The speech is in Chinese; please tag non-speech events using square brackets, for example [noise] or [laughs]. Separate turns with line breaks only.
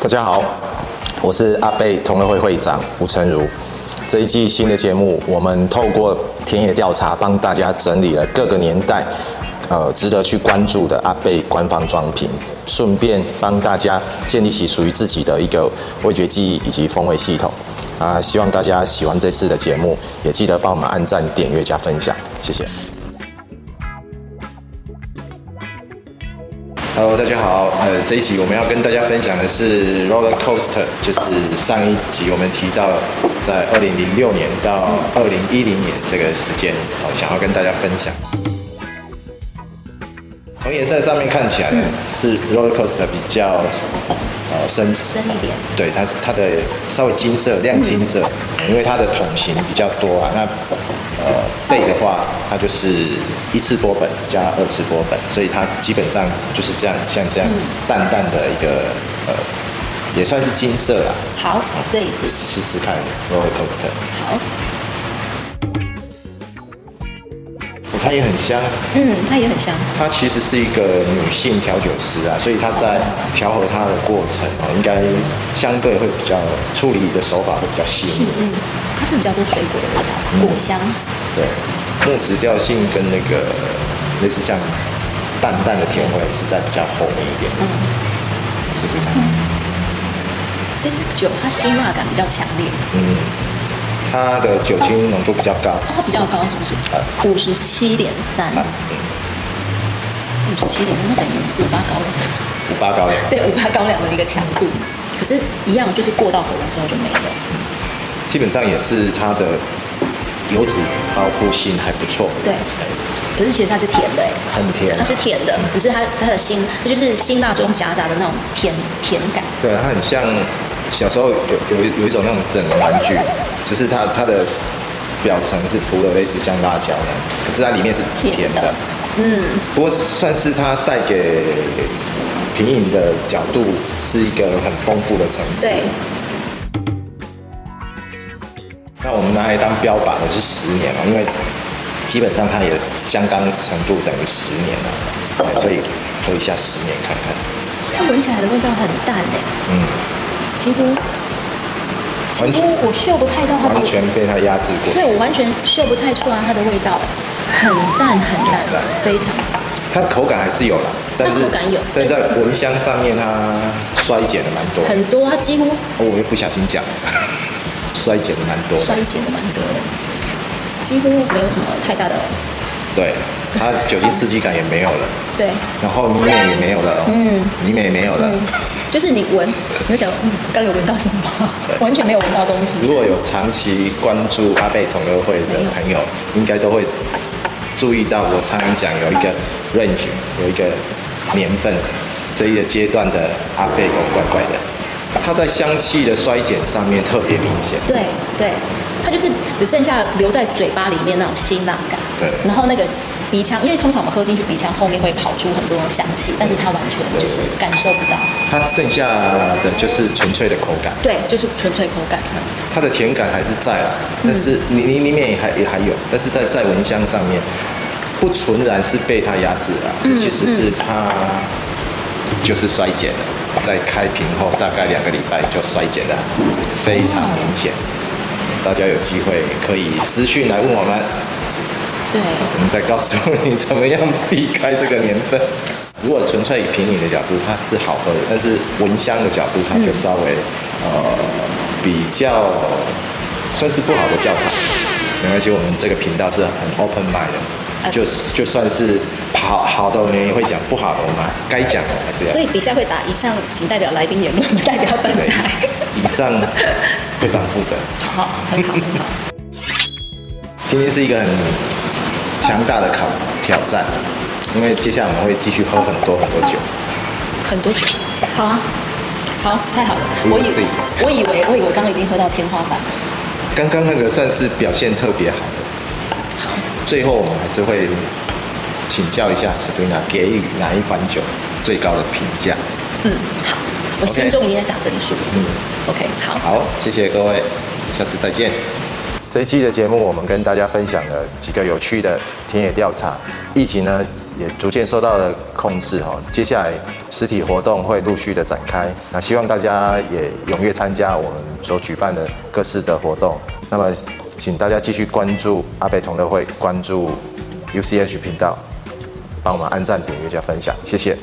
大家好，我是阿贝同乐会会长吴成儒。这一季新的节目，我们透过田野调查，帮大家整理了各个年代，呃，值得去关注的阿贝官方装瓶，顺便帮大家建立起属于自己的一个味觉记忆以及风味系统。啊，希望大家喜欢这次的节目，也记得帮我们按赞、点阅加分享，谢谢。Hello，大家好。呃，这一集我们要跟大家分享的是 roller coaster，就是上一集我们提到在二零零六年到二零一零年这个时间，哦，想要跟大家分享。从颜色上面看起来，是 roller coaster 比较呃深
深一点，
对，它是它的稍微金色、亮金色，因为它的桶型比较多啊。那呃贝的话，它就是一次波本加二次波本，所以它基本上就是这样，像这样淡淡的一个呃，也算是金色啦。
好，所以是
试试看 roller coaster，
好，
哦它也很香。
嗯，它也很香，
她其实是一个女性调酒师啊，所以她在调和它的过程啊，应该相对会比较处理的手法会比较细
是
腻。
嗯，它是比较多水果的味道，果香，
对，木质调性跟那个类似像淡淡的甜味是在比较后面一点，
嗯，
试试看。
这支酒它辛辣感比较强烈，
嗯，它的酒精浓度比较高，
它比较高是不是
呃？
五十七点三，
三嗯
五十七点，那等于五八高粱，
五八高粱。
对，五八高粱的一个强度，可是，一样就是过到喉咙之后就没了，
基本上也是它的油脂包覆性还不错。
对可是其实它是甜的、欸，
很甜
它是甜的，只是它它的辛，它就是辛辣中夹杂的那种甜甜感，
对，它很像小时候有有有一种那种整人玩具，就是它它的表层是涂了类似像辣椒那样，可是它里面是甜的。
嗯，
不过算是它带给品饮的角度是一个很丰富的层次。
对。
那我们拿来当标靶的是十年嘛，因为基本上它也相当程度等于十年了，哎所以喝一下十年看看。
它闻起来的味道很淡欸诶、
嗯，
几乎几
完
乎
全
我嗅不太到它的
完全被它压制过
对我
去。
完全嗅不太出来它的味道、欸，很淡很淡，
很淡
非常
它口感还是有啦，但是
它口感有
但在
但是
闻香上面它衰减的蛮多。
很多，它几乎
我又不小心讲， [laughs] 衰减的蛮多的。
衰减的蛮多的，几乎没有什么太大的
对，它酒精刺激感也没有了。
对，
然后泥美也没有了、哦，
嗯，
泥美也没有了。
嗯，就是你闻，你会想嗯，刚有闻到什么 [laughs]
对，
完全没有闻到东西，
如果有长期关注阿贝同乐会的朋友，应该都会注意到我常常讲有一个 range，有一个年份这一个阶段的阿贝都怪怪的，它在香气的衰减上面特别明显。
对对，它就是只剩下留在嘴巴里面那种辛辣感。
对
然后那个鼻腔，因为通常我们喝进去，鼻腔后面会跑出很多香气，但是它完全就是感受不到。
它剩下的就是纯粹的口感，
对，就是纯粹口感。
它的甜感还是在啦，但是泥泥里面也还也还有，但是在在蚊香上面，不纯然是被它压制了，这其实是它就是衰减了，在开瓶后大概两个礼拜就衰减了，非常明显。大家有机会可以私讯来问我们，
对，
我们再告诉你怎么样避开这个年份。如果纯粹以品饮的角度，它是好喝的，但是闻香的角度，它就稍微、呃比较算是不好的教材。没关系，我们这个频道是很 open mind 的，
呃
就就算是好好的，我们也会讲；不好的，我们该讲的还是要
所。以底下会打以上仅代表来宾言论，不代表本
对
台。，
以上会长负责。
好，很好，很好。
今天是一个很强大的考挑战，因为接下来我们会继续喝很多很多酒。
很多酒，好啊，好，太好了。
We
我
will see
以我以为我以为刚刚已经喝到天花板了。
刚刚那个算是表现特别好的，
好，
最后我们还是会请教一下 Sabrina 给予哪一款酒最高的评价。
嗯，好，我
OK
心中已经在打分数了。
嗯
嗯，OK，好。
好，谢谢各位，下次再见。这一季的节目，我们跟大家分享了几个有趣的田野调查，疫情呢也逐渐受到了控制哦。接下来实体活动会陆续的展开，那希望大家也踊跃参加我们所举办的各式的活动。那么，请大家继续关注阿北同乐会，关注 UCH 频道，帮我们按赞、点阅、加分享，谢谢。